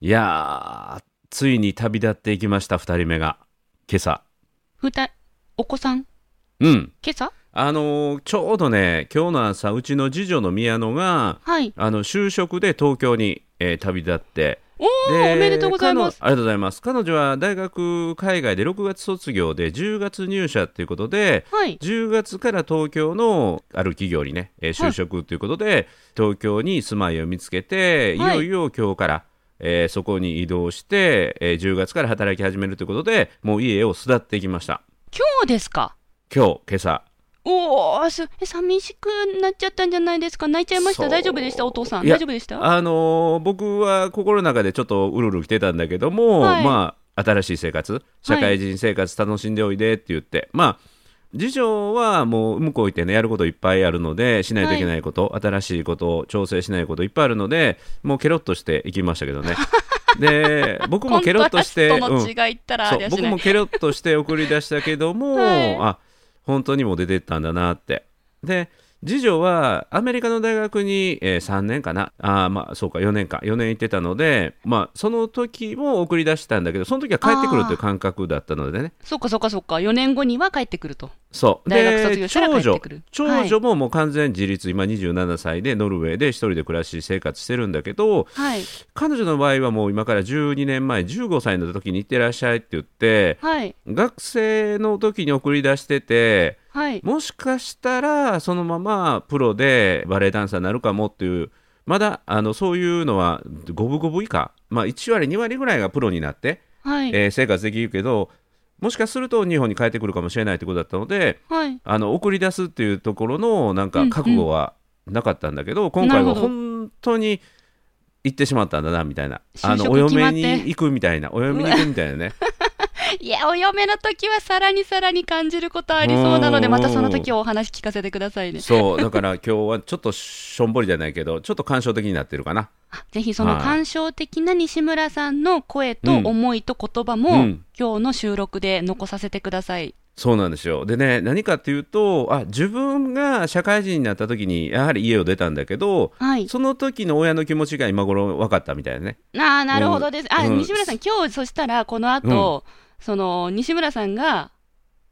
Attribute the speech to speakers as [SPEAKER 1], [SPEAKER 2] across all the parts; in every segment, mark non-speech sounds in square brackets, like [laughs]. [SPEAKER 1] いやー、ついに旅立っていきました、二人目が。今朝。
[SPEAKER 2] ふた、お子さん、
[SPEAKER 1] うん。
[SPEAKER 2] 今朝
[SPEAKER 1] あのーちょうどね、今日の朝、うちの次女の宮野が、
[SPEAKER 2] はい。
[SPEAKER 1] あの、就職で東京に、えー旅立って。
[SPEAKER 2] おー、おめでとうございます。
[SPEAKER 1] 彼女ありがとうございます。彼女は大学、海外で6月卒業で10月入社ということで、
[SPEAKER 2] はい。
[SPEAKER 1] 10月から東京のある企業にね、えー
[SPEAKER 2] はい
[SPEAKER 1] 就職ということで、東京に住まいを見つけて、い
[SPEAKER 2] はい
[SPEAKER 1] よいよ今日から、えーそこに移動して、えー10月から働き始めるということで、もう家を巣立ってきました。
[SPEAKER 2] 今日ですか
[SPEAKER 1] 今日、今朝。
[SPEAKER 2] おー、す、え寂しくなっちゃったんじゃないですか泣いちゃいまし
[SPEAKER 1] そ
[SPEAKER 2] た
[SPEAKER 1] う
[SPEAKER 2] 大丈夫でしたお父さん。
[SPEAKER 1] いや
[SPEAKER 2] 大丈夫でした
[SPEAKER 1] あのー僕は心の中でちょっとうるうる来てたんだけども、
[SPEAKER 2] はい
[SPEAKER 1] まあ、新しい生活、社会人生活楽しんでおいでって言って、まあ、次女はもう向こう行ってね、やることいっぱいあるので、しないといけないこと、新しいこと、調整しないこといっぱいあるので、もうケロッとして行きましたけどね。で、僕
[SPEAKER 2] コ
[SPEAKER 1] も
[SPEAKER 2] ン
[SPEAKER 1] ケ
[SPEAKER 2] ト
[SPEAKER 1] ロッ
[SPEAKER 2] ラ
[SPEAKER 1] とし
[SPEAKER 2] ス
[SPEAKER 1] て、
[SPEAKER 2] トの
[SPEAKER 1] うん
[SPEAKER 2] 違いったらあ
[SPEAKER 1] そ
[SPEAKER 2] れ
[SPEAKER 1] う
[SPEAKER 2] はし
[SPEAKER 1] 僕
[SPEAKER 2] ない。
[SPEAKER 1] もケロッとして送り出したけども、
[SPEAKER 2] [laughs] はい
[SPEAKER 1] あ本当にもう出てったんだなってで次女はアメリカの大学に、えー3年かなあーまあそうか4年か4年行ってたので、まあ、その時も送り出したんだけどその時は帰ってくるという感覚だったのでね
[SPEAKER 2] そっかそっかそっか。4年後には帰ってくると。
[SPEAKER 1] そう
[SPEAKER 2] 大学卒業
[SPEAKER 1] で
[SPEAKER 2] したら
[SPEAKER 1] 長
[SPEAKER 2] 帰って
[SPEAKER 1] 女
[SPEAKER 2] くる
[SPEAKER 1] 長女ももう完全自立、今27歳でノルウェーで一人で暮らし生活してるんだけど
[SPEAKER 2] はい。
[SPEAKER 1] 彼女の場合はもう今から12年前15歳の時に行ってらっしゃいって言って
[SPEAKER 2] はい。
[SPEAKER 1] 学生の時に送り出してて
[SPEAKER 2] はい。
[SPEAKER 1] もしかしたらそのままプロでバレエダンサーになるかもっていうまだあのそういうのは五分五分以下、まあ、1割2割ぐらいがプロになって、
[SPEAKER 2] はい。
[SPEAKER 1] えー生活できるけどもしかすると日本に帰ってくるかもしれないってことだったので
[SPEAKER 2] はい。
[SPEAKER 1] あの送り出すっていうところのなんか覚悟はなかったんだけど、今回
[SPEAKER 2] なる
[SPEAKER 1] は
[SPEAKER 2] ほど
[SPEAKER 1] 本当に行ってしまったんだなみたいなあ
[SPEAKER 2] 就
[SPEAKER 1] の
[SPEAKER 2] 職
[SPEAKER 1] お
[SPEAKER 2] 決まっ
[SPEAKER 1] 嫁
[SPEAKER 2] て
[SPEAKER 1] に行くみたいなお嫁に行くみたいなね
[SPEAKER 2] いや、お嫁の時はさらにさらに感じることありそうなので、
[SPEAKER 1] うん
[SPEAKER 2] またその時お話聞かせてくださいね。
[SPEAKER 1] そうだから今日はちょっとしょんぼりじゃないけどちょっと感傷的になってるかな
[SPEAKER 2] あぜひその
[SPEAKER 1] はい
[SPEAKER 2] 感傷的な西村さんの声と
[SPEAKER 1] うん
[SPEAKER 2] 思いと言葉
[SPEAKER 1] う
[SPEAKER 2] も、
[SPEAKER 1] ん
[SPEAKER 2] 今日の収録で残させてください。
[SPEAKER 1] そうなんですよでね何かっていうとあ自分が社会人になった時にやはり家を出たんだけど
[SPEAKER 2] はい。
[SPEAKER 1] その時の親の気持ちが今頃分かったみたいなね
[SPEAKER 2] ああ、なるほどです。あ、
[SPEAKER 1] うん
[SPEAKER 2] 西村さん、今日そしたらこの後、その西村さんが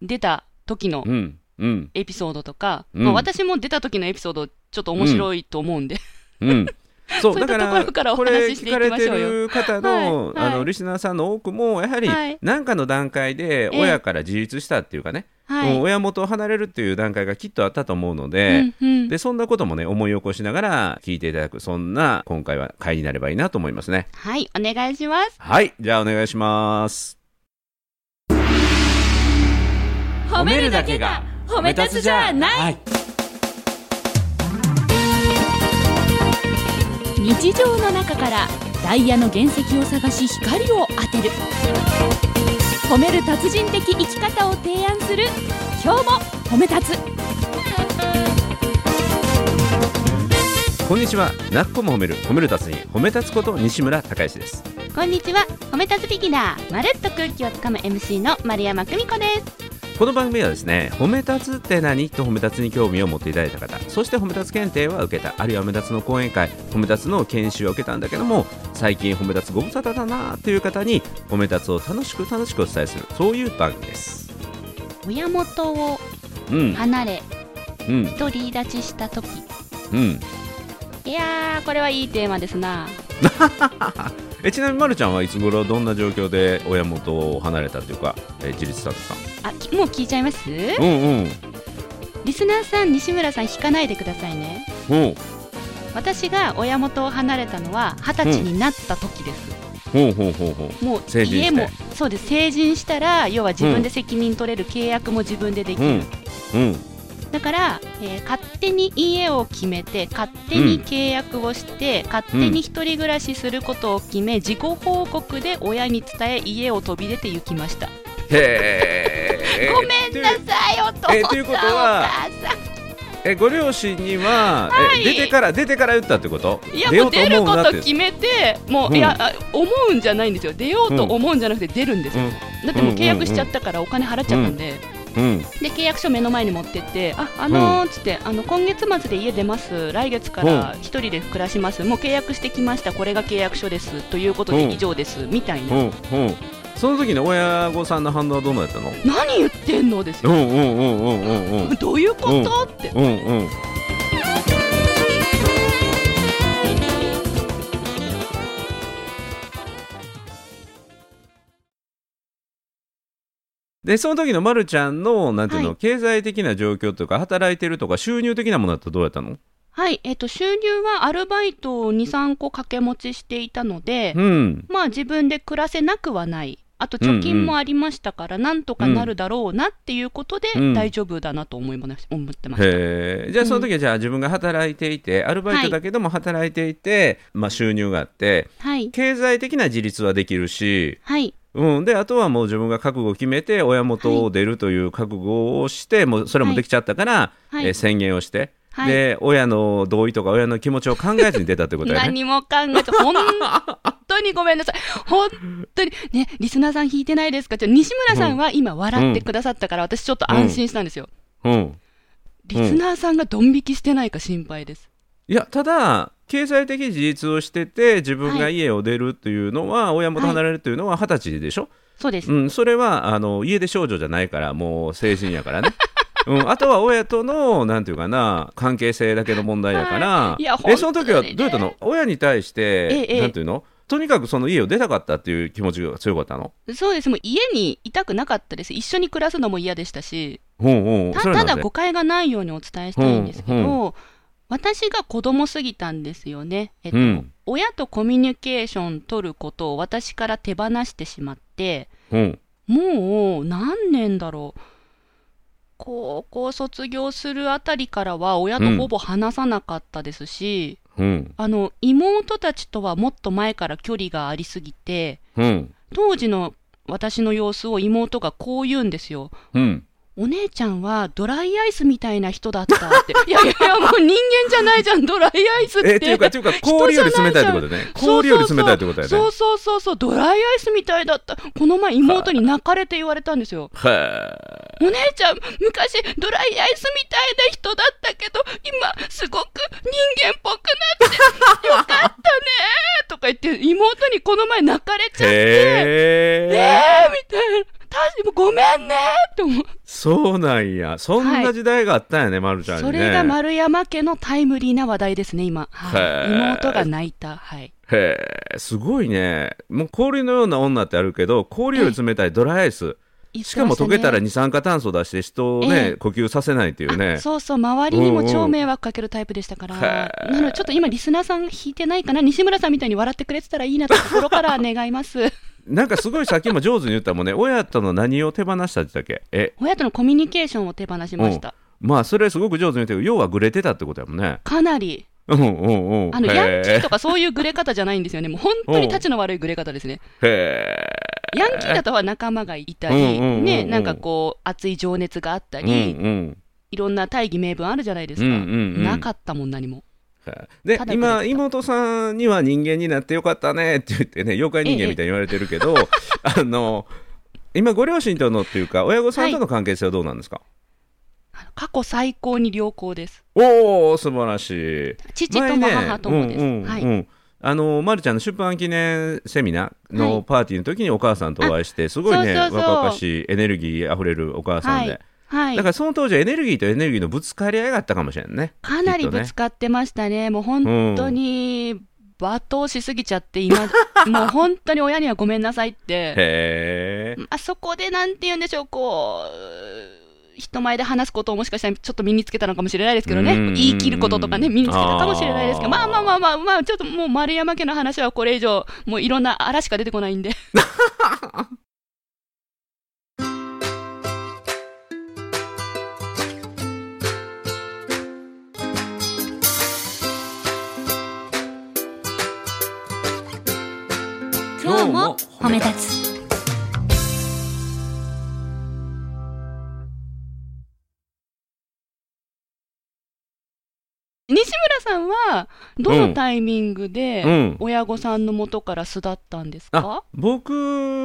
[SPEAKER 2] 出た時の
[SPEAKER 1] うんうん
[SPEAKER 2] エピソードとか、
[SPEAKER 1] うん
[SPEAKER 2] まあ、私も出た時のエピソード、ちょっと面白いと思うんで、
[SPEAKER 1] うん
[SPEAKER 2] [laughs]
[SPEAKER 1] そう
[SPEAKER 2] そうい
[SPEAKER 1] だか
[SPEAKER 2] った
[SPEAKER 1] ら
[SPEAKER 2] ところからお
[SPEAKER 1] これ
[SPEAKER 2] 話しして
[SPEAKER 1] 聞
[SPEAKER 2] いき
[SPEAKER 1] かれ
[SPEAKER 2] ま
[SPEAKER 1] て
[SPEAKER 2] しょうよ
[SPEAKER 1] る方の,、
[SPEAKER 2] はいはい
[SPEAKER 1] あのリスナーさんの多くもやはり
[SPEAKER 2] はい
[SPEAKER 1] 何かの段階で
[SPEAKER 2] ええ
[SPEAKER 1] 親から自立したっていうかね、
[SPEAKER 2] はい。
[SPEAKER 1] もう親元を離れるっていう段階がきっとあったと思うの
[SPEAKER 2] う
[SPEAKER 1] で、
[SPEAKER 2] んうん、
[SPEAKER 1] でそんなこともね思い起こしながら聞いていただくそんな今回は回になればいいなと思いますね
[SPEAKER 2] はい、お願いします。
[SPEAKER 1] はいじゃあお願いします褒めるだけが
[SPEAKER 2] 褒め立つじゃない
[SPEAKER 1] い
[SPEAKER 2] 日常の中からダイヤの原石を探し光を当てる褒める達人的生き方を提案する今日も褒め立つ
[SPEAKER 1] こんにちはなっこも褒める褒める達人褒め立つこと西村孝之です
[SPEAKER 2] こんにちは褒め立つビギナーまるっと空気をつかむ MC の丸山久美子です
[SPEAKER 1] この番組はですね褒め立つって何と褒め立つに興味を持っていただいた方そして褒め立つ検定は受けたあるいは褒め立つの講演会褒め立つの研修を受けたんだけども最近褒め立つご無沙汰だなという方に褒め立つを楽しく楽しくお伝えするそういう番組です
[SPEAKER 2] 親元を
[SPEAKER 1] うん
[SPEAKER 2] 離れ
[SPEAKER 1] うん
[SPEAKER 2] 独り立ちした時
[SPEAKER 1] うん
[SPEAKER 2] いやーこれはいいテーマですな
[SPEAKER 1] えちなみにまるちゃんはいつ頃どんな状況で親元を離れたというか、え自立したとか
[SPEAKER 2] あきもう聞いちゃいます
[SPEAKER 1] うんうん
[SPEAKER 2] リスナーさん西村さん引かないでくださいね
[SPEAKER 1] ほう
[SPEAKER 2] 私が親元を離れたのは二十歳になった時です、
[SPEAKER 1] ほうほうほうほう
[SPEAKER 2] もう
[SPEAKER 1] 成人して
[SPEAKER 2] 家もそうです成人したら要は自分で責任取れる契約も自分でできる、
[SPEAKER 1] うん
[SPEAKER 2] だから、えー勝手に家を決めて勝手に契約をして、勝手に一人暮らしすることを決め自己報告で親に伝え家を飛び出て行きました、
[SPEAKER 1] へえ
[SPEAKER 2] ごめんなさいお父さん、
[SPEAKER 1] えということ
[SPEAKER 2] お
[SPEAKER 1] は
[SPEAKER 2] 母さ
[SPEAKER 1] えご両親には、
[SPEAKER 2] はい
[SPEAKER 1] え出てから出てから言ったってこと
[SPEAKER 2] んいやもう出るこ
[SPEAKER 1] な
[SPEAKER 2] と決めてもう、
[SPEAKER 1] うん
[SPEAKER 2] いやあ思うんじゃないんですよ出ようと思うんじゃなくて出るんですよ、
[SPEAKER 1] うん
[SPEAKER 2] だってもう契約しちゃったからお金払っちゃったんで、
[SPEAKER 1] うん
[SPEAKER 2] で契約書目の前に持ってって、ああのーつって、あの今月末で家出ます、来月から一人で暮らします、もう契約してきました、これが契約書ですということ
[SPEAKER 1] う
[SPEAKER 2] で
[SPEAKER 1] ん
[SPEAKER 2] 以上ですみたいな、
[SPEAKER 1] うんうんその時の親御さんの反応はどうなったの
[SPEAKER 2] 何言ってんのです
[SPEAKER 1] う
[SPEAKER 2] よ、
[SPEAKER 1] んうんうんうんうんうん
[SPEAKER 2] どういうことって、
[SPEAKER 1] うんうんでその時のまるちゃんのなんていうの、
[SPEAKER 2] はい
[SPEAKER 1] 経済的な状況とか働いてるとか収入的なものだとどうやったの
[SPEAKER 2] はい、えっと収入はアルバイトを2、3個掛け持ちしていたので、
[SPEAKER 1] うん
[SPEAKER 2] まあ自分で暮らせなくはない。あと貯金もありましたから、なんとかなるだろうなっていうことで
[SPEAKER 1] うん
[SPEAKER 2] 大丈夫だなと思いまし思ってました。
[SPEAKER 1] へえじゃあその時はじゃあ自分が働いていてアルバイトだけども働いていて、まあ、収入があって
[SPEAKER 2] はい、
[SPEAKER 1] 経済的な自立はできるし
[SPEAKER 2] はい、
[SPEAKER 1] うん、であとはもう自分が覚悟を決めて親元を出るという覚悟をして、もうそれもできちゃったから、
[SPEAKER 2] はい
[SPEAKER 1] えー宣言をして、
[SPEAKER 2] はい
[SPEAKER 1] で親の同意とか親の気持ちを考えずに出たってことだ
[SPEAKER 2] [laughs]
[SPEAKER 1] よね。
[SPEAKER 2] 何も考え
[SPEAKER 1] [laughs]
[SPEAKER 2] て、本当にごめんなさい。本当に。ね、リスナーさん引いてないですかじゃあ西村さんは今笑ってくださったから、私ちょっと安心したんですよ。
[SPEAKER 1] うん、
[SPEAKER 2] リスナーさんがドン引きしてないか心配です。
[SPEAKER 1] いやただ経済的事実をしてて自分が
[SPEAKER 2] は
[SPEAKER 1] 家を出るというのは、親元離れるというのは二十歳でしょ、
[SPEAKER 2] そうです。
[SPEAKER 1] うん、それはあの家出少女じゃないからもう成人やから
[SPEAKER 2] [laughs]
[SPEAKER 1] ね。うん、あとは親とのなんていうかな関係性だけの問題やから、
[SPEAKER 2] はいいや
[SPEAKER 1] えその時はど
[SPEAKER 2] 本当にね
[SPEAKER 1] うやったの親に対して、
[SPEAKER 2] ええ
[SPEAKER 1] なんていうのとにかくその家を出たかったっていう気持ちが強かったの
[SPEAKER 2] そうです。もう家にいたくなかったです。一緒に暮らすのも嫌でしたし。
[SPEAKER 1] うんうん
[SPEAKER 2] た
[SPEAKER 1] それは
[SPEAKER 2] た
[SPEAKER 1] な
[SPEAKER 2] だ
[SPEAKER 1] んで
[SPEAKER 2] 誤解がないようにお伝えしたいんですけど、
[SPEAKER 1] うん
[SPEAKER 2] 私が子供すぎたんですよね、えっと
[SPEAKER 1] うん
[SPEAKER 2] 親とコミュニケーション取ることを私から手放してしまって
[SPEAKER 1] うん
[SPEAKER 2] もう何年だろう高校卒業するあたりからは親とほぼ話さなかったですし、
[SPEAKER 1] うん
[SPEAKER 2] あの妹たちとはもっと前から距離がありすぎて
[SPEAKER 1] うん
[SPEAKER 2] 当時の私の様子を妹がこう言うんですよ。
[SPEAKER 1] うん
[SPEAKER 2] お姉ちゃんはドライアイスみたいな人だった
[SPEAKER 1] [laughs]
[SPEAKER 2] って。いやいやいや、もう人間じゃないじゃん、ドライアイスっ
[SPEAKER 1] え
[SPEAKER 2] て。
[SPEAKER 1] っていうかというか氷より冷たいってことね氷より冷たいってことだよ
[SPEAKER 2] そ
[SPEAKER 1] ね
[SPEAKER 2] うそうそうそう、ドライアイスみたいだった。この前妹に泣かれて言われたんですよ。
[SPEAKER 1] は
[SPEAKER 2] お姉ちゃん、昔ドライアイスみたいな人だったけど、今すごく人間っぽくなって、よかったねーとか言って、妹にこの前泣かれち
[SPEAKER 1] あ
[SPEAKER 2] ゃって、えーみ
[SPEAKER 1] へえ
[SPEAKER 2] たいな。確かごめんねーって思う。
[SPEAKER 1] そうなんやそんな時代があったんやね、まるちゃんに
[SPEAKER 2] そ
[SPEAKER 1] ね
[SPEAKER 2] れが丸山家のタイムリーな話題ですね、今。は
[SPEAKER 1] へ
[SPEAKER 2] い、
[SPEAKER 1] ー
[SPEAKER 2] 妹が泣いた。はい。
[SPEAKER 1] へえ、すごいね。もう氷のような女ってあるけど、氷より冷たいドライアイス。しかも溶けたら
[SPEAKER 2] 言って
[SPEAKER 1] 二酸化炭素出して人をね、
[SPEAKER 2] ええ
[SPEAKER 1] 呼吸させないってい
[SPEAKER 2] ま
[SPEAKER 1] う
[SPEAKER 2] したね
[SPEAKER 1] ね
[SPEAKER 2] あ。そうそう、周りにも
[SPEAKER 1] うんうん
[SPEAKER 2] 超迷惑かけるタイプでしたから。
[SPEAKER 1] へー
[SPEAKER 2] なので、ちょっと今、リスナーさん引いてないかな。西村さんみたいに笑ってくれてたらいいなと心から願います。
[SPEAKER 1] なんかすごいさっきも上手に言ったもんね、親との何を手放したって言ったっけえ、
[SPEAKER 2] 親とのコミュニケーションを手放しました。
[SPEAKER 1] まあそれすごく上手に言ったけど、要はグレてたってことやもんね。
[SPEAKER 2] かなり。
[SPEAKER 1] うんうんうん。
[SPEAKER 2] あの、ヤンキーと
[SPEAKER 1] か。
[SPEAKER 2] かそういうグレ方じゃないんですよね。もう本
[SPEAKER 1] [laughs]
[SPEAKER 2] 当に立ちの悪いグレ方ですね。
[SPEAKER 1] へ
[SPEAKER 2] ヤンキーだとは仲間がいた
[SPEAKER 1] うん
[SPEAKER 2] り、
[SPEAKER 1] うんうんうん
[SPEAKER 2] ね、なんかこう、熱い情熱があった
[SPEAKER 1] え。
[SPEAKER 2] り、
[SPEAKER 1] うんうん。
[SPEAKER 2] いろんな大義名分あるじゃないですか。
[SPEAKER 1] うんうんうん
[SPEAKER 2] なかったもん、何も。
[SPEAKER 1] で
[SPEAKER 2] ただグレて
[SPEAKER 1] 今
[SPEAKER 2] た
[SPEAKER 1] 妹さんには人間になってよかったねって言ってね妖怪人間みたいに言われてるけど、 [laughs] あの今ご両親とのっていうか親御さんとの関係性はどうなんですか、
[SPEAKER 2] あの過去最高に良好です。
[SPEAKER 1] おお素晴らしい
[SPEAKER 2] 父とも母とも
[SPEAKER 1] 前ね
[SPEAKER 2] です。
[SPEAKER 1] うんうん
[SPEAKER 2] はい、
[SPEAKER 1] うんあのま、るちゃんの出版記念セミナー
[SPEAKER 2] は
[SPEAKER 1] の
[SPEAKER 2] い
[SPEAKER 1] パーティーの時にお母さんとお会いしてすごいね
[SPEAKER 2] そうそうそう
[SPEAKER 1] 若々しいエネルギーあふれるお母さんで、
[SPEAKER 2] はいはい
[SPEAKER 1] だからその当時はエネルギーとエネルギーのぶつかり合いがあったかもしれないね
[SPEAKER 2] かなりぶつかってましたね。もう本当に罵倒しすぎちゃって、今、 [laughs] もう本当に親にはごめんなさいって。
[SPEAKER 1] へえ
[SPEAKER 2] あそこでなんて言うんでしょう、こう、人前で話すことをもしかしたらちょっと身につけたのかもしれないですけどね。
[SPEAKER 1] うんうんうん
[SPEAKER 2] 言い切ることとかね、身につけたかもしれないですけど、
[SPEAKER 1] あー
[SPEAKER 2] まあまあまあまあ、まあ、ちょっともう丸山家の話はこれ以上、もういろんな嵐しか出てこな
[SPEAKER 3] [laughs]
[SPEAKER 2] いんで。
[SPEAKER 1] 今日も
[SPEAKER 3] 褒め立つ
[SPEAKER 2] 西村さんはどのタイミングで
[SPEAKER 1] うん
[SPEAKER 2] 親御さんの元から巣立ったんですか、
[SPEAKER 1] 僕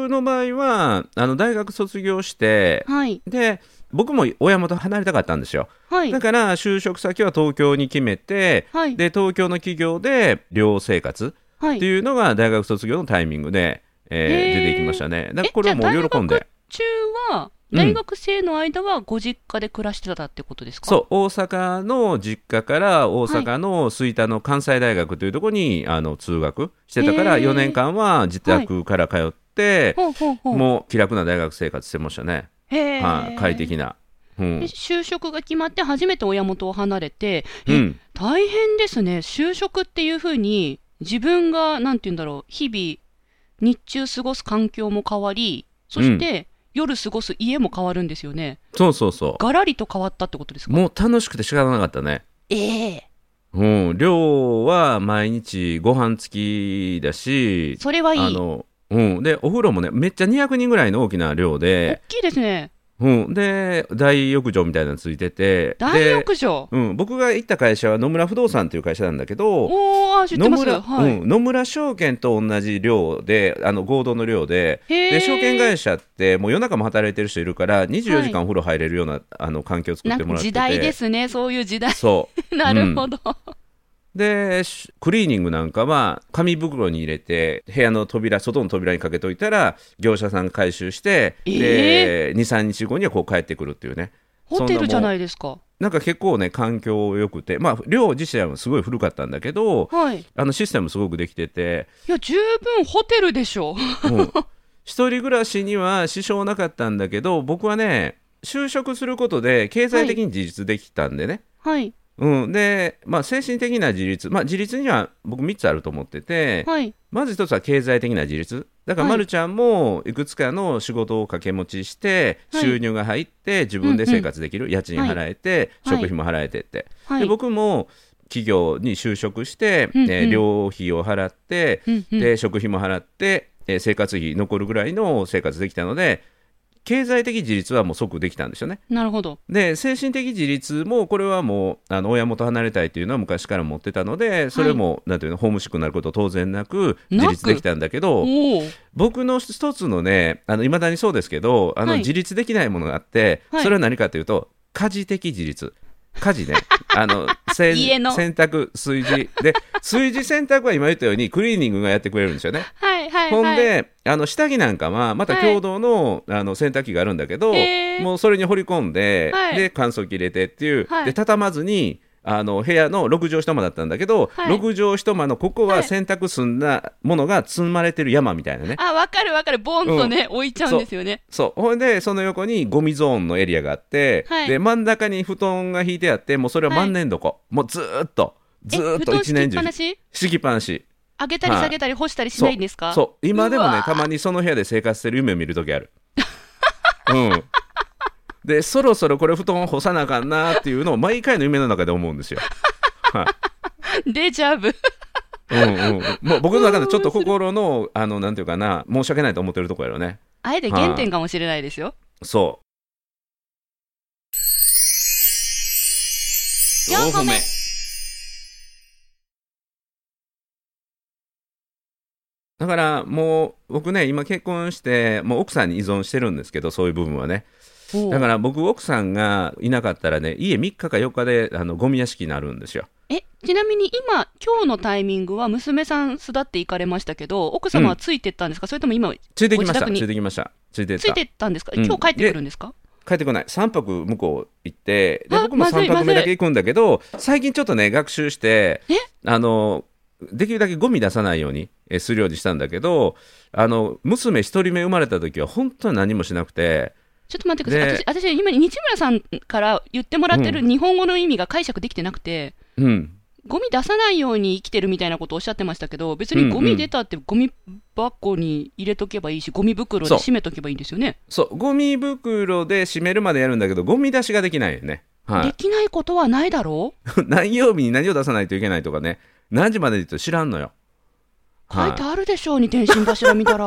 [SPEAKER 1] の場合はあの大学卒業して
[SPEAKER 2] はい
[SPEAKER 1] で僕も親元離れたかったんですよ
[SPEAKER 2] はい
[SPEAKER 1] だから就職先は東京に決めて
[SPEAKER 2] はい
[SPEAKER 1] で東京の企業で寮生活
[SPEAKER 2] は
[SPEAKER 1] っ
[SPEAKER 2] い
[SPEAKER 1] ていうのが大学卒業のタイミングで、えー
[SPEAKER 2] へー
[SPEAKER 1] 出てきましたねだからこれはもう喜ん
[SPEAKER 2] えじゃ
[SPEAKER 1] で
[SPEAKER 2] あ大学中は
[SPEAKER 1] うん
[SPEAKER 2] 大学生の間はご実家で暮らしてたってことですか、
[SPEAKER 1] そう大阪の実家から大阪の吹田の関西大学というところに、あの通学してたから
[SPEAKER 2] へー
[SPEAKER 1] 4年間は自宅から通って、
[SPEAKER 2] ほうほうほう
[SPEAKER 1] もう気楽な大学生活してましたね、
[SPEAKER 2] へー
[SPEAKER 1] はい、快適な、う
[SPEAKER 2] で
[SPEAKER 1] ん
[SPEAKER 2] 就職が決まって初めて親元を離れて、
[SPEAKER 1] う
[SPEAKER 2] え
[SPEAKER 1] ん、
[SPEAKER 2] 大変ですね就職っていうふうに自分がなんて言うんだろう日々日中過ごす環境も変わりそして、夜過ごす家も変わるんですよね
[SPEAKER 1] そうそうそ
[SPEAKER 2] ガラリと変わったってことです
[SPEAKER 1] う
[SPEAKER 2] か
[SPEAKER 1] もう楽しくて仕方なかったね
[SPEAKER 2] ええ
[SPEAKER 1] うん、寮は毎日ご飯付きだし
[SPEAKER 2] それはい
[SPEAKER 1] あ
[SPEAKER 2] い大
[SPEAKER 1] の、うん、でお風呂もねめっちゃ200人ぐらいの大きな寮で、
[SPEAKER 2] きいですね
[SPEAKER 1] うん、で大浴場みたいなのついてて
[SPEAKER 2] 大
[SPEAKER 1] で
[SPEAKER 2] 浴場
[SPEAKER 1] うん、僕が行った会社は野村不動産という会社なんだけど
[SPEAKER 2] おーあ知って
[SPEAKER 1] 野
[SPEAKER 2] ます
[SPEAKER 1] 村,、
[SPEAKER 2] はい、
[SPEAKER 1] うん、野村証券と同じ寮であの合同の寮で
[SPEAKER 2] へー
[SPEAKER 1] で証券会社ってもう夜中も働いてる人いるから24時
[SPEAKER 2] は
[SPEAKER 1] 間お風呂入れるような、あの環境を作っ
[SPEAKER 2] な
[SPEAKER 1] てもらってて
[SPEAKER 2] 時代ですねそういう時代 [laughs]
[SPEAKER 1] そ
[SPEAKER 2] なるほど、
[SPEAKER 1] うでしクリーニングなんかは紙袋に入れて部屋の扉外の扉にかけといたら業者さんが回収して、で23日後にはこう帰ってくるっていうね
[SPEAKER 2] ホテルじゃないですか
[SPEAKER 1] なんか結構ね環境良くてまあ寮自体もすごい古かったんだけど
[SPEAKER 2] はいい
[SPEAKER 1] あのシステムすごくできてて、
[SPEAKER 2] や十分ホテルでしょ
[SPEAKER 1] もう一人暮らしには支障なかったんだけど僕はね就職することで経済的に自立できたんでね、
[SPEAKER 2] はい
[SPEAKER 1] うん、で、まあ、精神的な自立、まあ、自立には僕3つあると思ってて、
[SPEAKER 2] はい
[SPEAKER 1] まず1つは経済的な自立だから
[SPEAKER 2] は
[SPEAKER 1] ま
[SPEAKER 2] い
[SPEAKER 1] るちゃんもいくつかの仕事を掛け持ちして
[SPEAKER 2] はい
[SPEAKER 1] 収入が入って自分で生活できる、家賃払えて、
[SPEAKER 2] はい
[SPEAKER 1] 食費も払えてって、
[SPEAKER 2] はい
[SPEAKER 1] で僕も企業に就職して、
[SPEAKER 2] うんうん
[SPEAKER 1] えー寮費を払って、
[SPEAKER 2] うんうん
[SPEAKER 1] で食費も払って、えー生活費残るぐらいの生活できたので経済的自立はもう即できたんですよね。
[SPEAKER 2] なるほど
[SPEAKER 1] で精神的自立もこれはもうあの親元離れたいというのは昔から持ってたのでそれも、なんていうのホームシックになること当然なく
[SPEAKER 2] な
[SPEAKER 1] 自
[SPEAKER 2] く
[SPEAKER 1] 立できたんだけど
[SPEAKER 2] おお
[SPEAKER 1] 僕の一つのねいまだにそうですけどあの、
[SPEAKER 2] はい
[SPEAKER 1] 自立できないものがあって、
[SPEAKER 2] はい
[SPEAKER 1] それは何かというと家事的自立家事
[SPEAKER 2] [laughs]
[SPEAKER 1] ねあのせん
[SPEAKER 2] 家の
[SPEAKER 1] 洗濯炊事で炊事洗濯は今言ったようにクリーニングがやってくれるんですよね。
[SPEAKER 2] はいはいはい。
[SPEAKER 1] ほんであの下着なんかはまた
[SPEAKER 2] はい
[SPEAKER 1] 共同の,、あの洗濯機があるんだけど
[SPEAKER 2] へー
[SPEAKER 1] もうそれに掘り込んで、
[SPEAKER 2] はい
[SPEAKER 1] で乾燥機入れてっていう、
[SPEAKER 2] はい
[SPEAKER 1] で畳まずにあの部屋の6畳一間だったんだけど、
[SPEAKER 2] はい
[SPEAKER 1] 6畳一間のここ
[SPEAKER 2] は
[SPEAKER 1] はい洗濯済んだものが積まれてる山みたいなね。
[SPEAKER 2] あ、わかるわかる。ボンとね、置いちゃうんですよね。
[SPEAKER 1] そうほんでその横にゴミゾーンのエリアがあって、
[SPEAKER 2] はい
[SPEAKER 1] で真ん中に布団が引いてあってもうそれは万年床、もうずーっとずーっと
[SPEAKER 2] え布団
[SPEAKER 1] 一年中
[SPEAKER 2] 敷きっぱなし
[SPEAKER 1] 敷きっぱなし
[SPEAKER 2] 上げたり下げたり干したりしないんですか
[SPEAKER 1] そうそう今でも
[SPEAKER 2] う
[SPEAKER 1] ね
[SPEAKER 2] わー
[SPEAKER 1] たまにその部屋で生活してる夢を見る時
[SPEAKER 2] [laughs]
[SPEAKER 1] あるうんでそろそろこれ布団を干さなあかんなっていうのを毎回の夢の中で思うんですよ、はい
[SPEAKER 2] デジャブ。
[SPEAKER 1] うんうん、もう僕の中でちょっと心のあのなんていうかな申し訳ないと思ってるとこやろね
[SPEAKER 2] あえて原点かもしれないですよ。
[SPEAKER 1] そう
[SPEAKER 2] 四個目
[SPEAKER 1] だからもう僕ね今結婚してもう奥さんに依存してるんですけどそういう部分はね
[SPEAKER 2] おう
[SPEAKER 1] だから僕奥さんがいなかったらね家3日か4日であのゴミ屋敷になるんですよ
[SPEAKER 2] え、ちなみに今、今日のタイミングは娘さん巣立って行かれましたけど、奥様はついてったんですか、それとも今、
[SPEAKER 1] ついてきまし
[SPEAKER 2] ご自
[SPEAKER 1] た
[SPEAKER 2] 宅
[SPEAKER 1] つ
[SPEAKER 2] に
[SPEAKER 1] いてきましたついてっ
[SPEAKER 2] つ
[SPEAKER 1] た
[SPEAKER 2] いてったんですか
[SPEAKER 1] うん
[SPEAKER 2] 今日帰ってくるんですか、
[SPEAKER 1] 帰ってこない3泊向こう行ってで
[SPEAKER 2] あ
[SPEAKER 1] 僕も
[SPEAKER 2] まずい
[SPEAKER 1] 3泊目
[SPEAKER 2] まず
[SPEAKER 1] だ
[SPEAKER 2] い
[SPEAKER 1] け行くんだけど最近ちょっとね学習して
[SPEAKER 2] え
[SPEAKER 1] あのできるだけゴミ出さないようにえするようにしたんだけどあの娘1人目生まれた時は本当に何もしなくて
[SPEAKER 2] ちょっと待ってください
[SPEAKER 1] で。
[SPEAKER 2] 私、私今、日村さんから言ってもらってる日本語の意味が解釈できてなくて、
[SPEAKER 1] うん
[SPEAKER 2] ゴミ出さないように生きてるみたいなことをおっしゃってましたけど、別にゴ
[SPEAKER 1] うんう
[SPEAKER 2] ミ
[SPEAKER 1] ん
[SPEAKER 2] 出たってゴミ箱に入れとけばいいし、ゴミ袋で
[SPEAKER 1] そう
[SPEAKER 2] 閉めとけばいいんですよね。
[SPEAKER 1] そうゴミ袋で閉めるまでやるんだけどゴミ出しができないよねは [laughs]
[SPEAKER 2] で
[SPEAKER 1] い
[SPEAKER 2] きないことはないだろう
[SPEAKER 1] 何曜日に何を出さないといけないとかね何時までって言うと知らんのよ
[SPEAKER 2] 書いてあるでしょうに転身柱
[SPEAKER 1] [laughs]
[SPEAKER 2] 見たら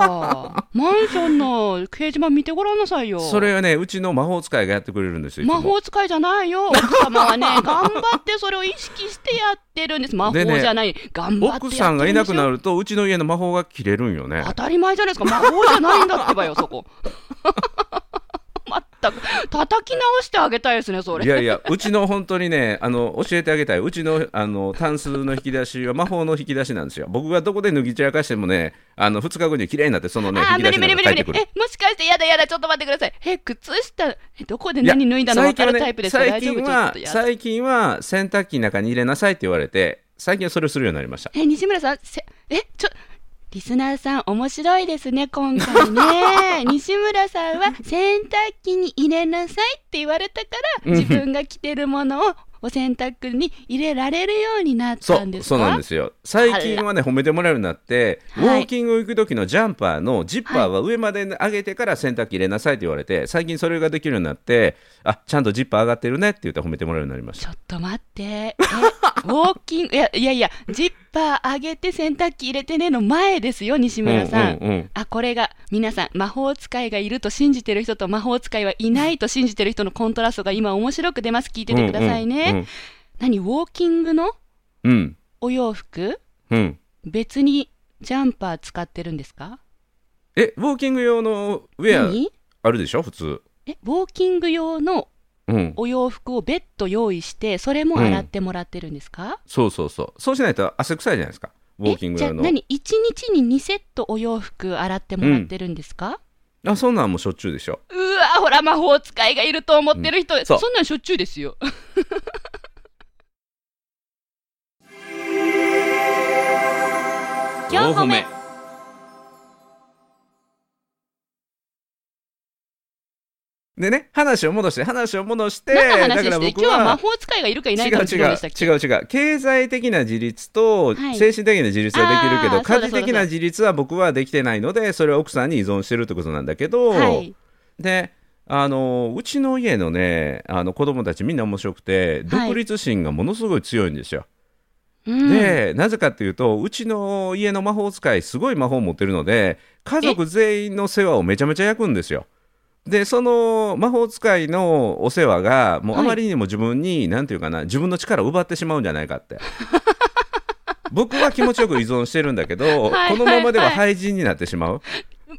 [SPEAKER 2] マンションの掲示板見てごらんなさいよ
[SPEAKER 1] それはねうちの魔法使いがやってくれるんですよいつも
[SPEAKER 2] 魔法使いじゃないよ奥様
[SPEAKER 1] [laughs]
[SPEAKER 2] はね頑張ってそれを意識してやってるんです魔法
[SPEAKER 1] でね
[SPEAKER 2] じゃない、頑張ってやってるん
[SPEAKER 1] 奥
[SPEAKER 2] ですよ
[SPEAKER 1] さんがいなくなるとうちの家の魔法が切れるんよね
[SPEAKER 2] 当たり前じゃないですか魔法じゃないんだってばよそこ [laughs] 全く叩き直してあげたいですねそれ
[SPEAKER 1] いやいやうちの本当にねあの教えてあげたいうちのあのタンスの引き出しは魔法の引き出しなんですよ僕がどこで脱ぎ散らかしてもねあの2日後に綺麗になってそのね
[SPEAKER 2] あ
[SPEAKER 1] 引
[SPEAKER 2] ー
[SPEAKER 1] き
[SPEAKER 2] 無
[SPEAKER 1] 出
[SPEAKER 2] 理
[SPEAKER 1] し
[SPEAKER 2] 無
[SPEAKER 1] の
[SPEAKER 2] 理
[SPEAKER 1] 中に帰
[SPEAKER 2] 無理
[SPEAKER 1] っ
[SPEAKER 2] 無
[SPEAKER 1] て
[SPEAKER 2] 理
[SPEAKER 1] くる
[SPEAKER 2] えもしかしてやだやだちょっと待ってくださいえ靴下えどこで
[SPEAKER 1] いや
[SPEAKER 2] 何脱いだの
[SPEAKER 1] 最
[SPEAKER 2] 分か
[SPEAKER 1] 近は
[SPEAKER 2] るタイ
[SPEAKER 1] ね
[SPEAKER 2] プですか
[SPEAKER 1] 最
[SPEAKER 2] 大丈夫
[SPEAKER 1] 近
[SPEAKER 2] ちょっ
[SPEAKER 1] は
[SPEAKER 2] とやだ
[SPEAKER 1] 最近は洗濯機の中に入れなさいって言われて最近はそれをするようになりました
[SPEAKER 2] え西村さんせえちょリスナーさん面白いですね今回
[SPEAKER 1] [laughs]
[SPEAKER 2] ね西村さんは洗濯機に入れなさいって言われたから
[SPEAKER 1] うん
[SPEAKER 2] 自分が着てるものをお洗濯に入れられるようになっ
[SPEAKER 1] そ
[SPEAKER 2] たんで
[SPEAKER 1] う
[SPEAKER 2] すか
[SPEAKER 1] そうなんですよ最近はね褒めてもらえるようになって、
[SPEAKER 2] はい
[SPEAKER 1] ウォーキング行く時のジャンパーのジッパーは上まで上げてから洗濯機入れなさいって言われて、最近それができるようになってあちゃんとジッパー上がってるねって言って褒めてもらえるようになりまし
[SPEAKER 2] ち
[SPEAKER 1] た
[SPEAKER 2] ょっと待って。えウォーキング、いやいやいや、ジッパー上げて洗濯機入れてねの前ですよ、西村さん。
[SPEAKER 1] うんうんうん
[SPEAKER 2] あ、これが、皆さん、魔法使いがいると信じてる人と魔法使いはいないと信じてる人のコントラストが今面白く出ます。聞いててくださいね。何、ウォーキングの
[SPEAKER 1] うんうん
[SPEAKER 2] お洋服
[SPEAKER 1] うんうん
[SPEAKER 2] 別にジャンパー使ってるんですか
[SPEAKER 1] えウォーキング用のウェア
[SPEAKER 2] 何
[SPEAKER 1] あるでしょ普通
[SPEAKER 2] え、ウォーキング用の
[SPEAKER 1] うん
[SPEAKER 2] お洋服を別途用意して、それも洗ってもらってるんですか、
[SPEAKER 1] そうそうそうそうしないと汗臭いじゃないですかウォーキング用
[SPEAKER 2] えじゃあ
[SPEAKER 1] の
[SPEAKER 2] 何一日に2セットお洋服洗ってもらってるんですか、
[SPEAKER 1] あそんなんもうしょっちゅうでしょ
[SPEAKER 2] うわほら魔法使いがいると思ってる人、
[SPEAKER 1] そ
[SPEAKER 2] そ
[SPEAKER 1] うん
[SPEAKER 2] なんしょっちゅうですよ四歩目
[SPEAKER 1] でね話を戻して話を戻して
[SPEAKER 2] 何の話
[SPEAKER 1] だか
[SPEAKER 2] で
[SPEAKER 1] ら
[SPEAKER 2] して
[SPEAKER 1] 僕
[SPEAKER 2] 今日は魔
[SPEAKER 1] は
[SPEAKER 2] 法使いがいるかいな
[SPEAKER 1] 違
[SPEAKER 2] いうかの
[SPEAKER 1] 違
[SPEAKER 2] 授業
[SPEAKER 1] う
[SPEAKER 2] でしたっけ
[SPEAKER 1] 違う違う経済的な自立と
[SPEAKER 2] はい
[SPEAKER 1] 精神的な自立はできるけど、
[SPEAKER 2] あーそう
[SPEAKER 1] 家
[SPEAKER 2] だ
[SPEAKER 1] 事的な自立は僕はできてないのでそれは奥さんに依存してるってことなんだけど、
[SPEAKER 2] はい
[SPEAKER 1] であのうちの家のねあの子供たちみんな面白くて
[SPEAKER 2] はい
[SPEAKER 1] 独立心がものすごい強いんですよ。
[SPEAKER 2] うん
[SPEAKER 1] でなぜかっていうとうちの家の魔法使いすごい魔法を持ってるので家族全員の世話をめちゃめちゃ焼くんですよ。でその魔法使いのお世話がもう
[SPEAKER 2] は
[SPEAKER 1] あ
[SPEAKER 2] い
[SPEAKER 1] まりにも自分に、なんていうかな自分の力を奪ってしまうんじゃないかって [laughs] 僕は気持ちよく依存してるんだけど
[SPEAKER 2] はいはいはい
[SPEAKER 1] このままでは廃人になってしまう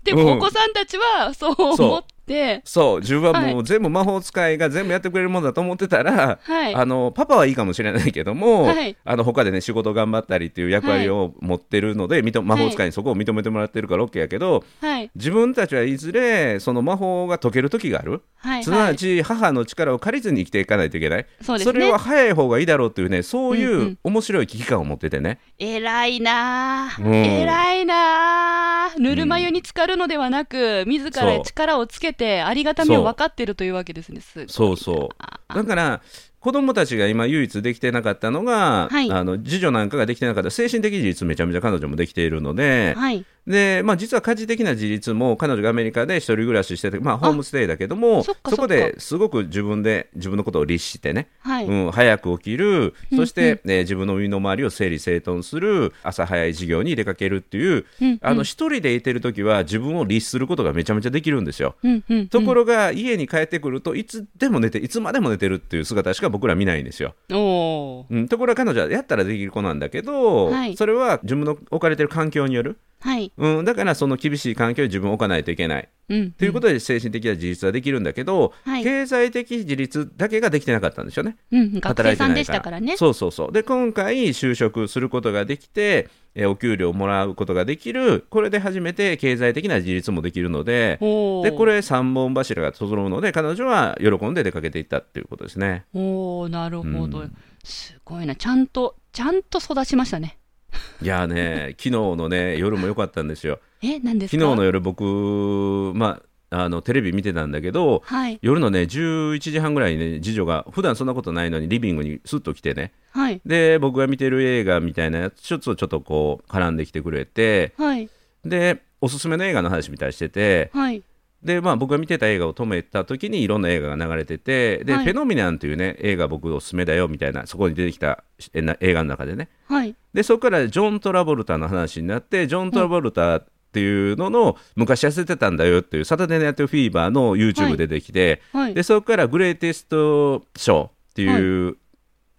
[SPEAKER 2] でも
[SPEAKER 1] うん
[SPEAKER 2] お子さんたちはそう
[SPEAKER 1] そう
[SPEAKER 2] 思って
[SPEAKER 1] そう自分はも
[SPEAKER 2] は
[SPEAKER 1] う全部魔法使いが全部やってくれるもんだと思ってたら、
[SPEAKER 2] はい
[SPEAKER 1] あのパパはいいかもしれないけども、
[SPEAKER 2] はい
[SPEAKER 1] あの他でね仕事頑張ったりっていう役割を持ってるので、認魔法使いにそこを認めてもらってるから OK やけど、
[SPEAKER 2] はい
[SPEAKER 1] 自分たちはいずれその魔法が解ける時がある、
[SPEAKER 2] はい
[SPEAKER 1] すな
[SPEAKER 2] は
[SPEAKER 1] わ
[SPEAKER 2] い
[SPEAKER 1] ち母の力を借りずに生きていかないといけない
[SPEAKER 2] そうです
[SPEAKER 1] それ
[SPEAKER 2] ね
[SPEAKER 1] は早い方がいいだろうというねそうい
[SPEAKER 2] んう
[SPEAKER 1] うんう面白い危機感を持っててね、
[SPEAKER 2] 偉いなあ、
[SPEAKER 1] うん
[SPEAKER 2] 偉いなあぬるま湯に浸かるのではなく、自ら
[SPEAKER 1] そう
[SPEAKER 2] 力をつけてありがたみを分かってるというわけですねすごい
[SPEAKER 1] そうそうだから子供たちが今唯一できてなかったのが、
[SPEAKER 2] はい
[SPEAKER 1] あの次女なんかができてなかった精神的自立めちゃめちゃ彼女もできているので、
[SPEAKER 2] はい
[SPEAKER 1] で、まあ、実は家事的な自立も彼女がアメリカで一人暮らししてて、まあ、ホームステイだけども
[SPEAKER 2] そっか
[SPEAKER 1] こですごく自分で自分のことを律してね、
[SPEAKER 2] はい、
[SPEAKER 1] うん、早く起きる
[SPEAKER 2] うん
[SPEAKER 1] そして、えー自分の身の回りを整理整頓する朝早い授業に出かけるっていう
[SPEAKER 2] うん
[SPEAKER 1] あの一人でいてる時は自分を律することがめちゃめちゃできるんですよ。
[SPEAKER 2] うんうん
[SPEAKER 1] ところが家に帰ってくるといつでも寝ていつまでも寝てるっていう姿しか僕ら見ないんですよ。
[SPEAKER 2] うんおー
[SPEAKER 1] うん、ところが彼女はやったらできる子なんだけど、
[SPEAKER 2] はい
[SPEAKER 1] それは自分の置かれてる環境による
[SPEAKER 2] はい、
[SPEAKER 1] うん、だからその厳しい環境に自分を置かないといけない
[SPEAKER 2] うん、
[SPEAKER 1] ということで精神的な自立はできるんだけど、
[SPEAKER 2] はい
[SPEAKER 1] 経済的自立だけができてなかったんですよね
[SPEAKER 2] うん、うん、学
[SPEAKER 1] 働い
[SPEAKER 2] 生
[SPEAKER 1] て
[SPEAKER 2] さん
[SPEAKER 1] な
[SPEAKER 2] で
[SPEAKER 1] い
[SPEAKER 2] したからね
[SPEAKER 1] そうそうそうで今回就職することができてえーお給料をもらうことができるこれで初めて経済的な自立もできるので
[SPEAKER 2] おー
[SPEAKER 1] でこれ3本柱が揃うので彼女は喜んで出かけていったっていうことですね
[SPEAKER 2] おーなるほど、
[SPEAKER 1] うん
[SPEAKER 2] すごいなちゃんとちゃんと育ちましたね
[SPEAKER 1] いやーね昨日のね夜も良かったんですよ
[SPEAKER 2] え何です
[SPEAKER 1] 昨日
[SPEAKER 2] か
[SPEAKER 1] の夜僕まああのテレビ見てたんだけど、
[SPEAKER 2] はい
[SPEAKER 1] 夜のね11時半ぐらいにね次女が普段そんなことないのにリビングにスッと来てね
[SPEAKER 2] はい
[SPEAKER 1] で僕が見てる映画みたいなやつちょっとちょっとこう絡んできてくれて
[SPEAKER 2] はい
[SPEAKER 1] でおすすめの映画の話みたいにしてて
[SPEAKER 2] はい
[SPEAKER 1] でまあ、僕が見てた映画を止めた時にいろんな映画が流れてて「で
[SPEAKER 2] はい
[SPEAKER 1] フェノミナン」という、ね、映画僕おすすめだよみたいなそこに出てきたえな映画の中でね
[SPEAKER 2] はい。
[SPEAKER 1] でそこからジョン・トラボルタの話になってジョン・トラボルタっていうのの昔痩せてたんだよっていうサタデー・ナイト・フィーバーの YouTube でできて、
[SPEAKER 2] はい。
[SPEAKER 1] でそこからグレイテスト・ショーっていう、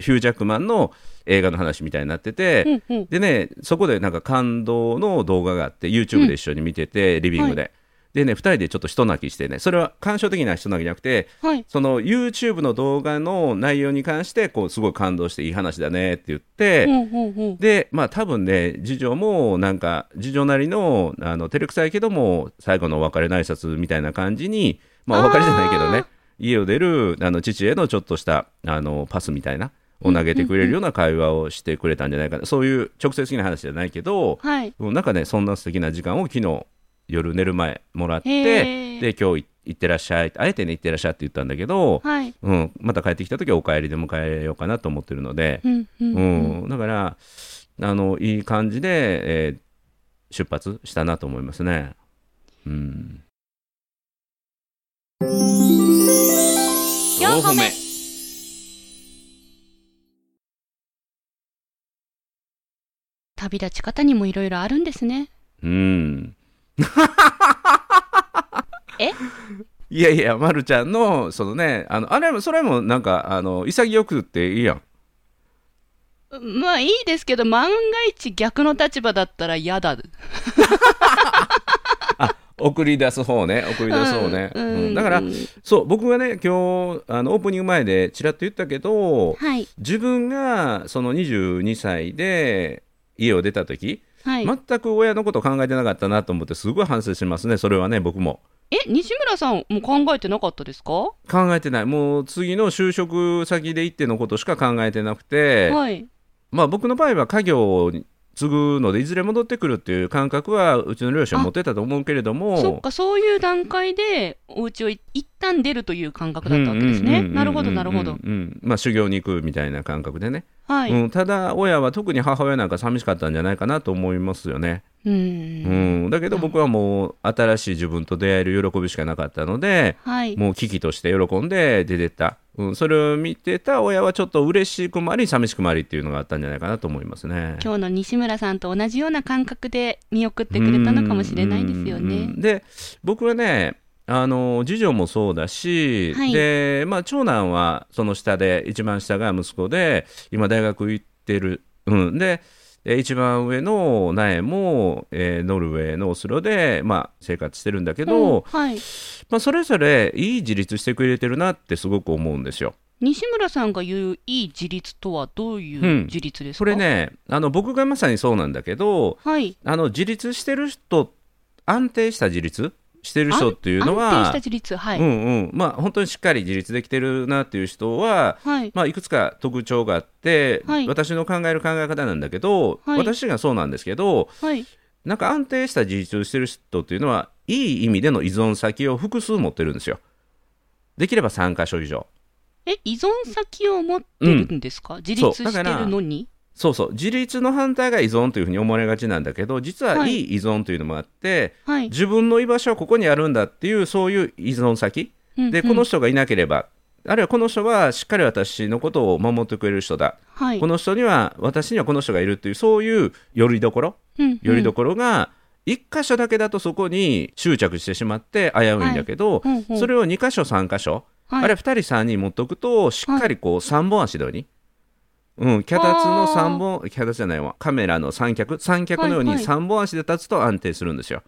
[SPEAKER 1] ヒュージャックマンの映画の話みたいになってて、
[SPEAKER 2] うんうん。
[SPEAKER 1] でねそこでなんか感動の動画があって YouTube で一緒に見てて、リビングで。でね、2人でちょっと人泣きしてねそれは感傷的な人泣きじゃなくて
[SPEAKER 2] はい。
[SPEAKER 1] その YouTube の動画の内容に関してこうすごい感動していい話だねって言って、
[SPEAKER 2] うんうんうん。
[SPEAKER 1] でまあ多分ね次女もなんか次女なりのあの照れくさいけども最後のお別れの挨拶みたいな感じにまあお別れじゃないけど
[SPEAKER 2] あー
[SPEAKER 1] ね家を出るあの父へのちょっとしたあのパスみたいなを投げてくれるような会話をしてくれたんじゃないかなそういう直接的な話じゃないけど
[SPEAKER 2] はい。
[SPEAKER 1] うんなんかねそんな素敵な時間を昨日夜寝る前もらっ
[SPEAKER 2] へ
[SPEAKER 1] て
[SPEAKER 2] ー
[SPEAKER 1] で今日い行ってらっしゃいあえてね行ってらっしゃいって言ったんだけど、
[SPEAKER 2] はい。
[SPEAKER 1] うん、また帰ってきた時はお帰りで迎えようかなと思ってるので。
[SPEAKER 2] うんうん
[SPEAKER 1] う
[SPEAKER 2] うん。
[SPEAKER 1] ん、だからあのいい感じで、えー出発したなと思いますね。うん、
[SPEAKER 2] 四歩目旅立ち方にもいろいろあるんですね。
[SPEAKER 1] うん、
[SPEAKER 2] え
[SPEAKER 1] [laughs] いやいや、ま、るちゃんのそのねあのあれもそれもなんかあの潔くっていいやん。
[SPEAKER 2] まあいいですけど、万が一逆の立場だったら嫌だ。
[SPEAKER 1] 送り出す方ね送り出す方ね、
[SPEAKER 2] うん
[SPEAKER 1] うんだからそう僕がね今日あのオープニング前でちらっと言ったけど
[SPEAKER 2] はい。
[SPEAKER 1] 自分がその22歳で家を出た時、
[SPEAKER 2] はい。
[SPEAKER 1] 全く親のこと考えてなかったなと思ってすごい反省しますねそれはね僕も
[SPEAKER 2] え、西村さんも考えてなかったですか、
[SPEAKER 1] 考えてないもう次の就職先で行ってのことしか考えてなくて、
[SPEAKER 2] はい。
[SPEAKER 1] まあ僕の場合は家業を継ぐのでいずれ戻ってくるっていう感覚はうちの両親は持ってたと思うけれど
[SPEAKER 2] そっ
[SPEAKER 1] も
[SPEAKER 2] か、そういう段階でお家をい一旦出るという感覚だったわけです
[SPEAKER 1] う
[SPEAKER 2] ね。
[SPEAKER 1] んうんうんうんうんうん
[SPEAKER 2] なるほど、なるほど。
[SPEAKER 1] うんまあ修行に行くみたいな感覚でね、
[SPEAKER 2] はい。
[SPEAKER 1] うん、ただ親は特に母親なんか寂しかったんじゃないかなと思いますよね、
[SPEAKER 2] う。
[SPEAKER 1] うんんだけど僕はもう新しい自分と出会える喜びしかなかったので、
[SPEAKER 2] はい。
[SPEAKER 1] もう危機として喜んで出てった、うん、それを見てた親はちょっと嬉しくもあり寂しくもありっていうのがあったんじゃないかなと思いますね。
[SPEAKER 2] 今日の西村さんと同じような感覚で見送ってくれたのかもしれないですよ
[SPEAKER 1] うんうん
[SPEAKER 2] ね
[SPEAKER 1] う。んで僕はねあの次女もそうだし、
[SPEAKER 2] はい
[SPEAKER 1] でまあ、長男はその下で一番下が息子で今大学行ってる、うん、でえ一番上の苗も、えーノルウェーのオスロで、まあ、生活してるんだけど、
[SPEAKER 2] うんはい。
[SPEAKER 1] まあ、それぞれいい自立してくれてるなってすごく思うんですよ。
[SPEAKER 2] 西村さんが言ういい自立とはどういうんう自立ですか、
[SPEAKER 1] それねあの僕がまさにそうなんだけど
[SPEAKER 2] はい。
[SPEAKER 1] あの自立してる人安定した自立してる人っていうの
[SPEAKER 2] 安定した
[SPEAKER 1] は、
[SPEAKER 2] 自立。はい。
[SPEAKER 1] うんうんまあ、本当にしっかり自立できてるなっていう人は、
[SPEAKER 2] はい。
[SPEAKER 1] まあ、いくつか特徴があって、
[SPEAKER 2] はい
[SPEAKER 1] 私の考える考え方なんだけど、
[SPEAKER 2] はい
[SPEAKER 1] 私がそうなんですけど
[SPEAKER 2] はい。
[SPEAKER 1] なんか安定した自立をしてる人っていうのはいい意味での依存先を複数持ってるんですよ。できれば3箇所以上。
[SPEAKER 2] え、依存先を持ってるんですか、自立してるのに
[SPEAKER 1] そうそう自立の反対が依存というふうに思われがちなんだけど実は
[SPEAKER 2] はいい
[SPEAKER 1] い依存というのもあって、
[SPEAKER 2] はい。
[SPEAKER 1] 自分の居場所はここにあるんだっていうそういう依存先
[SPEAKER 2] うん
[SPEAKER 1] で
[SPEAKER 2] うん
[SPEAKER 1] この人がいなければあるいはこの人はしっかり私のことを守ってくれる人だ
[SPEAKER 2] はい。
[SPEAKER 1] この人には私にはこの人がいるっていうそういうよりどころ
[SPEAKER 2] うんうん
[SPEAKER 1] よりどころが一箇所だけだとそこに執着してしまって危ういんだけど
[SPEAKER 2] うんうん
[SPEAKER 1] それを二箇所三箇所
[SPEAKER 2] はい
[SPEAKER 1] あるいは2人3人持っとくとしっかりこう三本足のように。うん、脚立の三本脚立じゃないわカメラの三脚三脚のよう
[SPEAKER 2] は
[SPEAKER 1] に
[SPEAKER 2] いはい
[SPEAKER 1] 三本足で立つと安定するんですよ。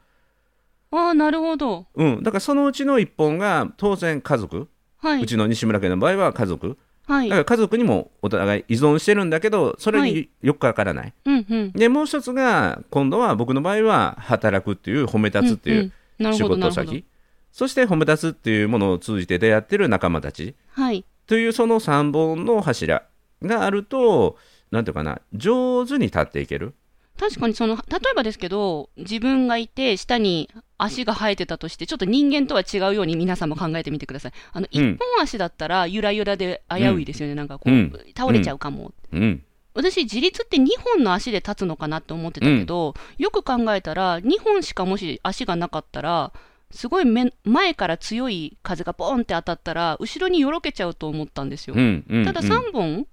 [SPEAKER 2] ああ、なるほど。
[SPEAKER 1] うん、だからそのうちの一本が当然家族、
[SPEAKER 2] は
[SPEAKER 1] う
[SPEAKER 2] い。
[SPEAKER 1] ちの西村家の場合は家族
[SPEAKER 2] は
[SPEAKER 1] だ
[SPEAKER 2] い
[SPEAKER 1] か。ら家族にもお互い依存してるんだけどそれ
[SPEAKER 2] は
[SPEAKER 1] に
[SPEAKER 2] い
[SPEAKER 1] よくわからない、
[SPEAKER 2] うんうん。
[SPEAKER 1] でもう一つが今度は僕の場合は働くっていう褒め立つっていう
[SPEAKER 2] なる
[SPEAKER 1] 仕
[SPEAKER 2] ほど、な
[SPEAKER 1] 事
[SPEAKER 2] るほど
[SPEAKER 1] 先。そして褒め立つっていうものを通じて出会ってる仲間たち
[SPEAKER 2] はい。
[SPEAKER 1] というその3本の柱があるとなんていうかな上手に立っていける
[SPEAKER 2] 確かにその、例えばですけど、自分がいて、下に足が生えてたとして、ちょっと人間とは違うように皆さんも考えてみてください。あの、
[SPEAKER 1] う
[SPEAKER 2] 一
[SPEAKER 1] ん
[SPEAKER 2] 本足だったら、ゆらゆらで危ういですよね。なんかこ
[SPEAKER 1] う、
[SPEAKER 2] うん倒れちゃうかも。
[SPEAKER 1] うん
[SPEAKER 2] 私、自立って2本の足で立つのかなって思ってたけど、よく考えたら、2本しかもし足がなかったら、すごいめ前から強い風がボンって当たったら後ろによろけちゃうと思ったんですよ、
[SPEAKER 1] うんうんうん、
[SPEAKER 2] ただ3本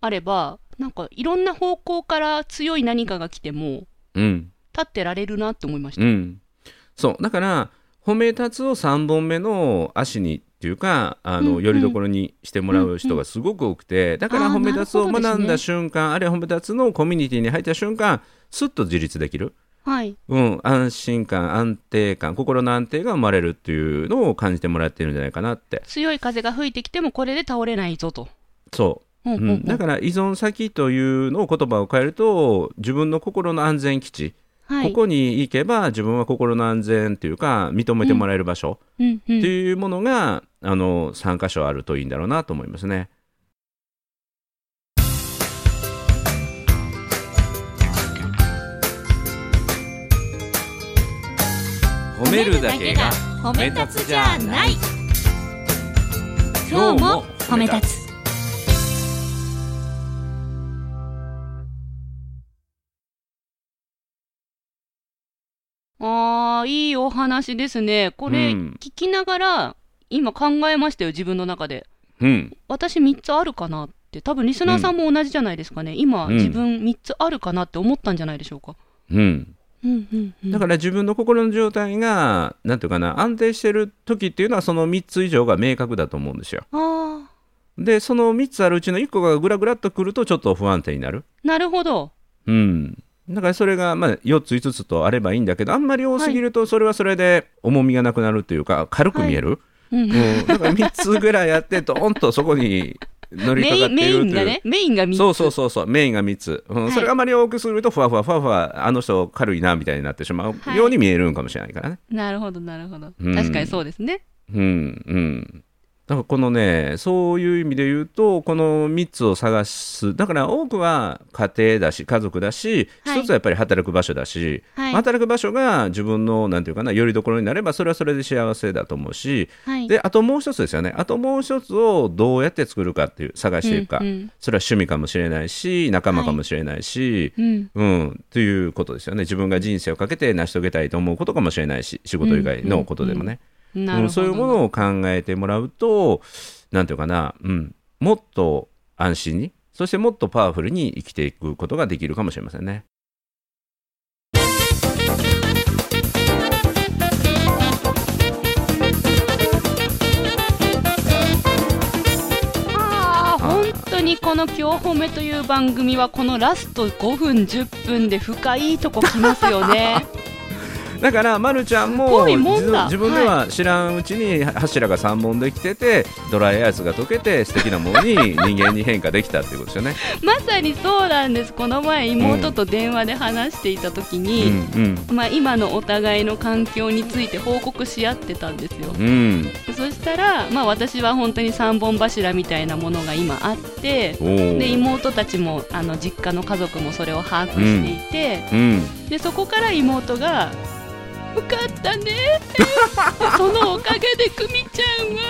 [SPEAKER 2] あればなんかいろんな方向から強い何かが来ても
[SPEAKER 1] うん
[SPEAKER 2] 立ってられるなって思いました、
[SPEAKER 1] うん、そうだから褒め立つを3本目の足にっていうかあ
[SPEAKER 2] うん
[SPEAKER 1] の、
[SPEAKER 2] うん
[SPEAKER 1] よりどころにしてもらう人がすごく多くて、だから
[SPEAKER 2] あー
[SPEAKER 1] 褒め立つを
[SPEAKER 2] なる
[SPEAKER 1] 学
[SPEAKER 2] ほど
[SPEAKER 1] ん
[SPEAKER 2] ですね
[SPEAKER 1] だ瞬間あ,、るいは褒め立つのコミュニティに入った瞬間すっと自立できる、
[SPEAKER 2] はい
[SPEAKER 1] うん、安心感安定感心の安定が生まれるっていうのを感じてもらってるんじゃないかなって
[SPEAKER 2] 強い風が吹いてきてもこれで倒れないぞと、
[SPEAKER 1] そう
[SPEAKER 2] うんうん
[SPEAKER 1] う
[SPEAKER 2] うん
[SPEAKER 1] ん、だから依存先というのを言葉を変えると自分の心の安全基地、
[SPEAKER 2] はい、
[SPEAKER 1] ここに行けば自分は心の安全というか認めてもらえる場所
[SPEAKER 2] うんう
[SPEAKER 1] って
[SPEAKER 2] ん、
[SPEAKER 1] いうものが、あの3箇所あるといいんだろうなと思いますね。褒めるだけが
[SPEAKER 2] 褒
[SPEAKER 1] め立つじゃない
[SPEAKER 2] 今日も褒め立つあーいいお話ですねこれ
[SPEAKER 1] うん
[SPEAKER 2] 聞きながら今考えましたよ自分の中で
[SPEAKER 1] うん、
[SPEAKER 2] 私3つあるかなって多分リスナーさんも同じじゃないですかね、今、
[SPEAKER 1] うん
[SPEAKER 2] 自分3つあるかなって思ったんじゃないでしょうか、
[SPEAKER 1] うん
[SPEAKER 2] うんうんうん、
[SPEAKER 1] だから自分の心の状態がなんていうかな安定してる時っていうのはその3つ以上が明確だと思うんですよ。
[SPEAKER 2] あー
[SPEAKER 1] でその3つあるうちの1個がぐらぐらっとくるとちょっと不安定になる。
[SPEAKER 2] なるほど
[SPEAKER 1] うん、だからそれがまあ4つ5つとあればいいんだけどあんまり多すぎるとそれはそれで重みがなくなるというか軽く見える、
[SPEAKER 2] うん
[SPEAKER 1] うん、だから3つぐらいやってドーンとそこに乗り
[SPEAKER 2] メ
[SPEAKER 1] かか
[SPEAKER 2] イ
[SPEAKER 1] って
[SPEAKER 2] ンメ
[SPEAKER 1] い
[SPEAKER 2] イ
[SPEAKER 1] る
[SPEAKER 2] ン
[SPEAKER 1] とい
[SPEAKER 2] が
[SPEAKER 1] う。
[SPEAKER 2] ねメインが3つ
[SPEAKER 1] そうそうそうそうメインが3つ、うん
[SPEAKER 2] はい
[SPEAKER 1] それがあまり多くするとふわふわふわふわあの人軽いなみたいになってしまうように見えるんかもしれないからね。
[SPEAKER 2] なるほどなるほど
[SPEAKER 1] うん
[SPEAKER 2] 確かにそうですね、
[SPEAKER 1] うんうん。だからこのね、そういう意味で言うと、この3つを探す、だから多くは家庭だし、家族だし、
[SPEAKER 2] はい
[SPEAKER 1] 一つはやっぱり働く場所だし、
[SPEAKER 2] はい
[SPEAKER 1] 働く場所が自分の、なんていうかな、よりどころになれば、それはそれで幸せだと思うし、
[SPEAKER 2] はい
[SPEAKER 1] で、あともう一つですよね、あともう一つをどうやって作るかっていう、探していくか、
[SPEAKER 2] うんうん
[SPEAKER 1] それは趣味かもしれないし、仲間かもしれないし、
[SPEAKER 2] うん
[SPEAKER 1] うん、ということですよね自分が人生をかけて成し遂げたいと思うことかもしれないし仕事以外のことでもね、
[SPEAKER 2] な
[SPEAKER 1] う
[SPEAKER 2] るほど
[SPEAKER 1] ん、そういうものを考えてもらうとなんていうかな、うん、もっと安心にそしてもっとパワフルに生きていくことができるかもしれませんね。
[SPEAKER 2] ああ
[SPEAKER 1] は
[SPEAKER 2] 本
[SPEAKER 1] い
[SPEAKER 2] 当にこの「今日褒め」という番組はこのラスト5分10分で深いとこきますよ
[SPEAKER 1] [laughs]
[SPEAKER 2] ね
[SPEAKER 1] だから、ま、るちゃん
[SPEAKER 2] す
[SPEAKER 1] も
[SPEAKER 2] ごい
[SPEAKER 1] 自
[SPEAKER 2] もんだ
[SPEAKER 1] 自分では知らんうちに柱が3本できててドライアイスが溶けて素敵なもの
[SPEAKER 2] [laughs]
[SPEAKER 1] に人間に変化できたっていうことですよね。
[SPEAKER 2] まさにそうなんですこの前妹と電話で話していた時
[SPEAKER 1] う
[SPEAKER 2] に、
[SPEAKER 1] ん
[SPEAKER 2] まあ、今のお互いの環境について報告し合ってたんですよ
[SPEAKER 1] うんうん
[SPEAKER 2] そしたら、まあ、私は本当に3本柱みたいなものが今あって
[SPEAKER 1] おー
[SPEAKER 2] で妹たちもあの実家の家族もそれを把握していて、
[SPEAKER 1] うん
[SPEAKER 2] でそこから妹が「受かったね」そのおかげで久美ちゃんは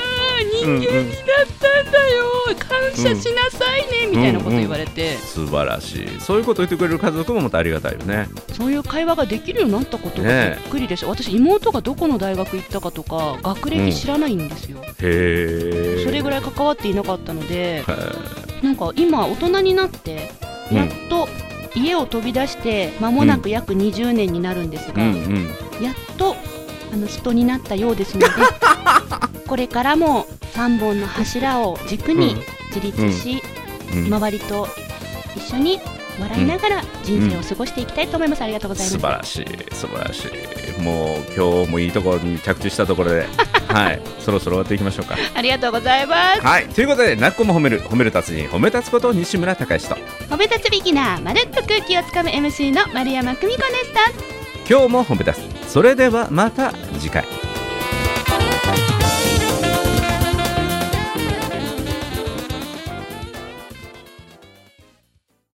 [SPEAKER 2] 人間になったんだよ感謝しなさいね」みたいなこと言われて、
[SPEAKER 1] 素晴らしいそういうこと言ってくれる家族もまたありがたいよね。
[SPEAKER 2] そういう会話ができるようになったことがびっくりでした、私妹がどこの大学行ったかとか学歴知らないんですよ、
[SPEAKER 1] へえ。
[SPEAKER 2] それぐ
[SPEAKER 1] らい
[SPEAKER 2] らい関わっていなかったのでなんか今大人になってやっと家を飛び出して間もなく約20年になるんです
[SPEAKER 1] う
[SPEAKER 2] が、
[SPEAKER 1] んうん
[SPEAKER 2] やっとあの人になったようです
[SPEAKER 1] [laughs]
[SPEAKER 2] のでこれからも3本の柱を軸に
[SPEAKER 1] うん
[SPEAKER 2] 自立し、
[SPEAKER 1] うんうん
[SPEAKER 2] 周りと一緒に笑いながら人生を過ごしていきたいと思います、ありがとうございます
[SPEAKER 1] 素晴らしい素晴らしいもう今日もいいところに着地したとこ
[SPEAKER 2] [laughs]
[SPEAKER 1] ろではいそろそろ終わっていきましょうか
[SPEAKER 2] ありがとうございます
[SPEAKER 1] はいということでなっこも褒める褒める達人褒め立つこと西村隆之と
[SPEAKER 2] 褒め立つビギナーまるっと空気をつかむ MC の丸山久美子でした
[SPEAKER 1] 今日も褒め立つそれではまた次回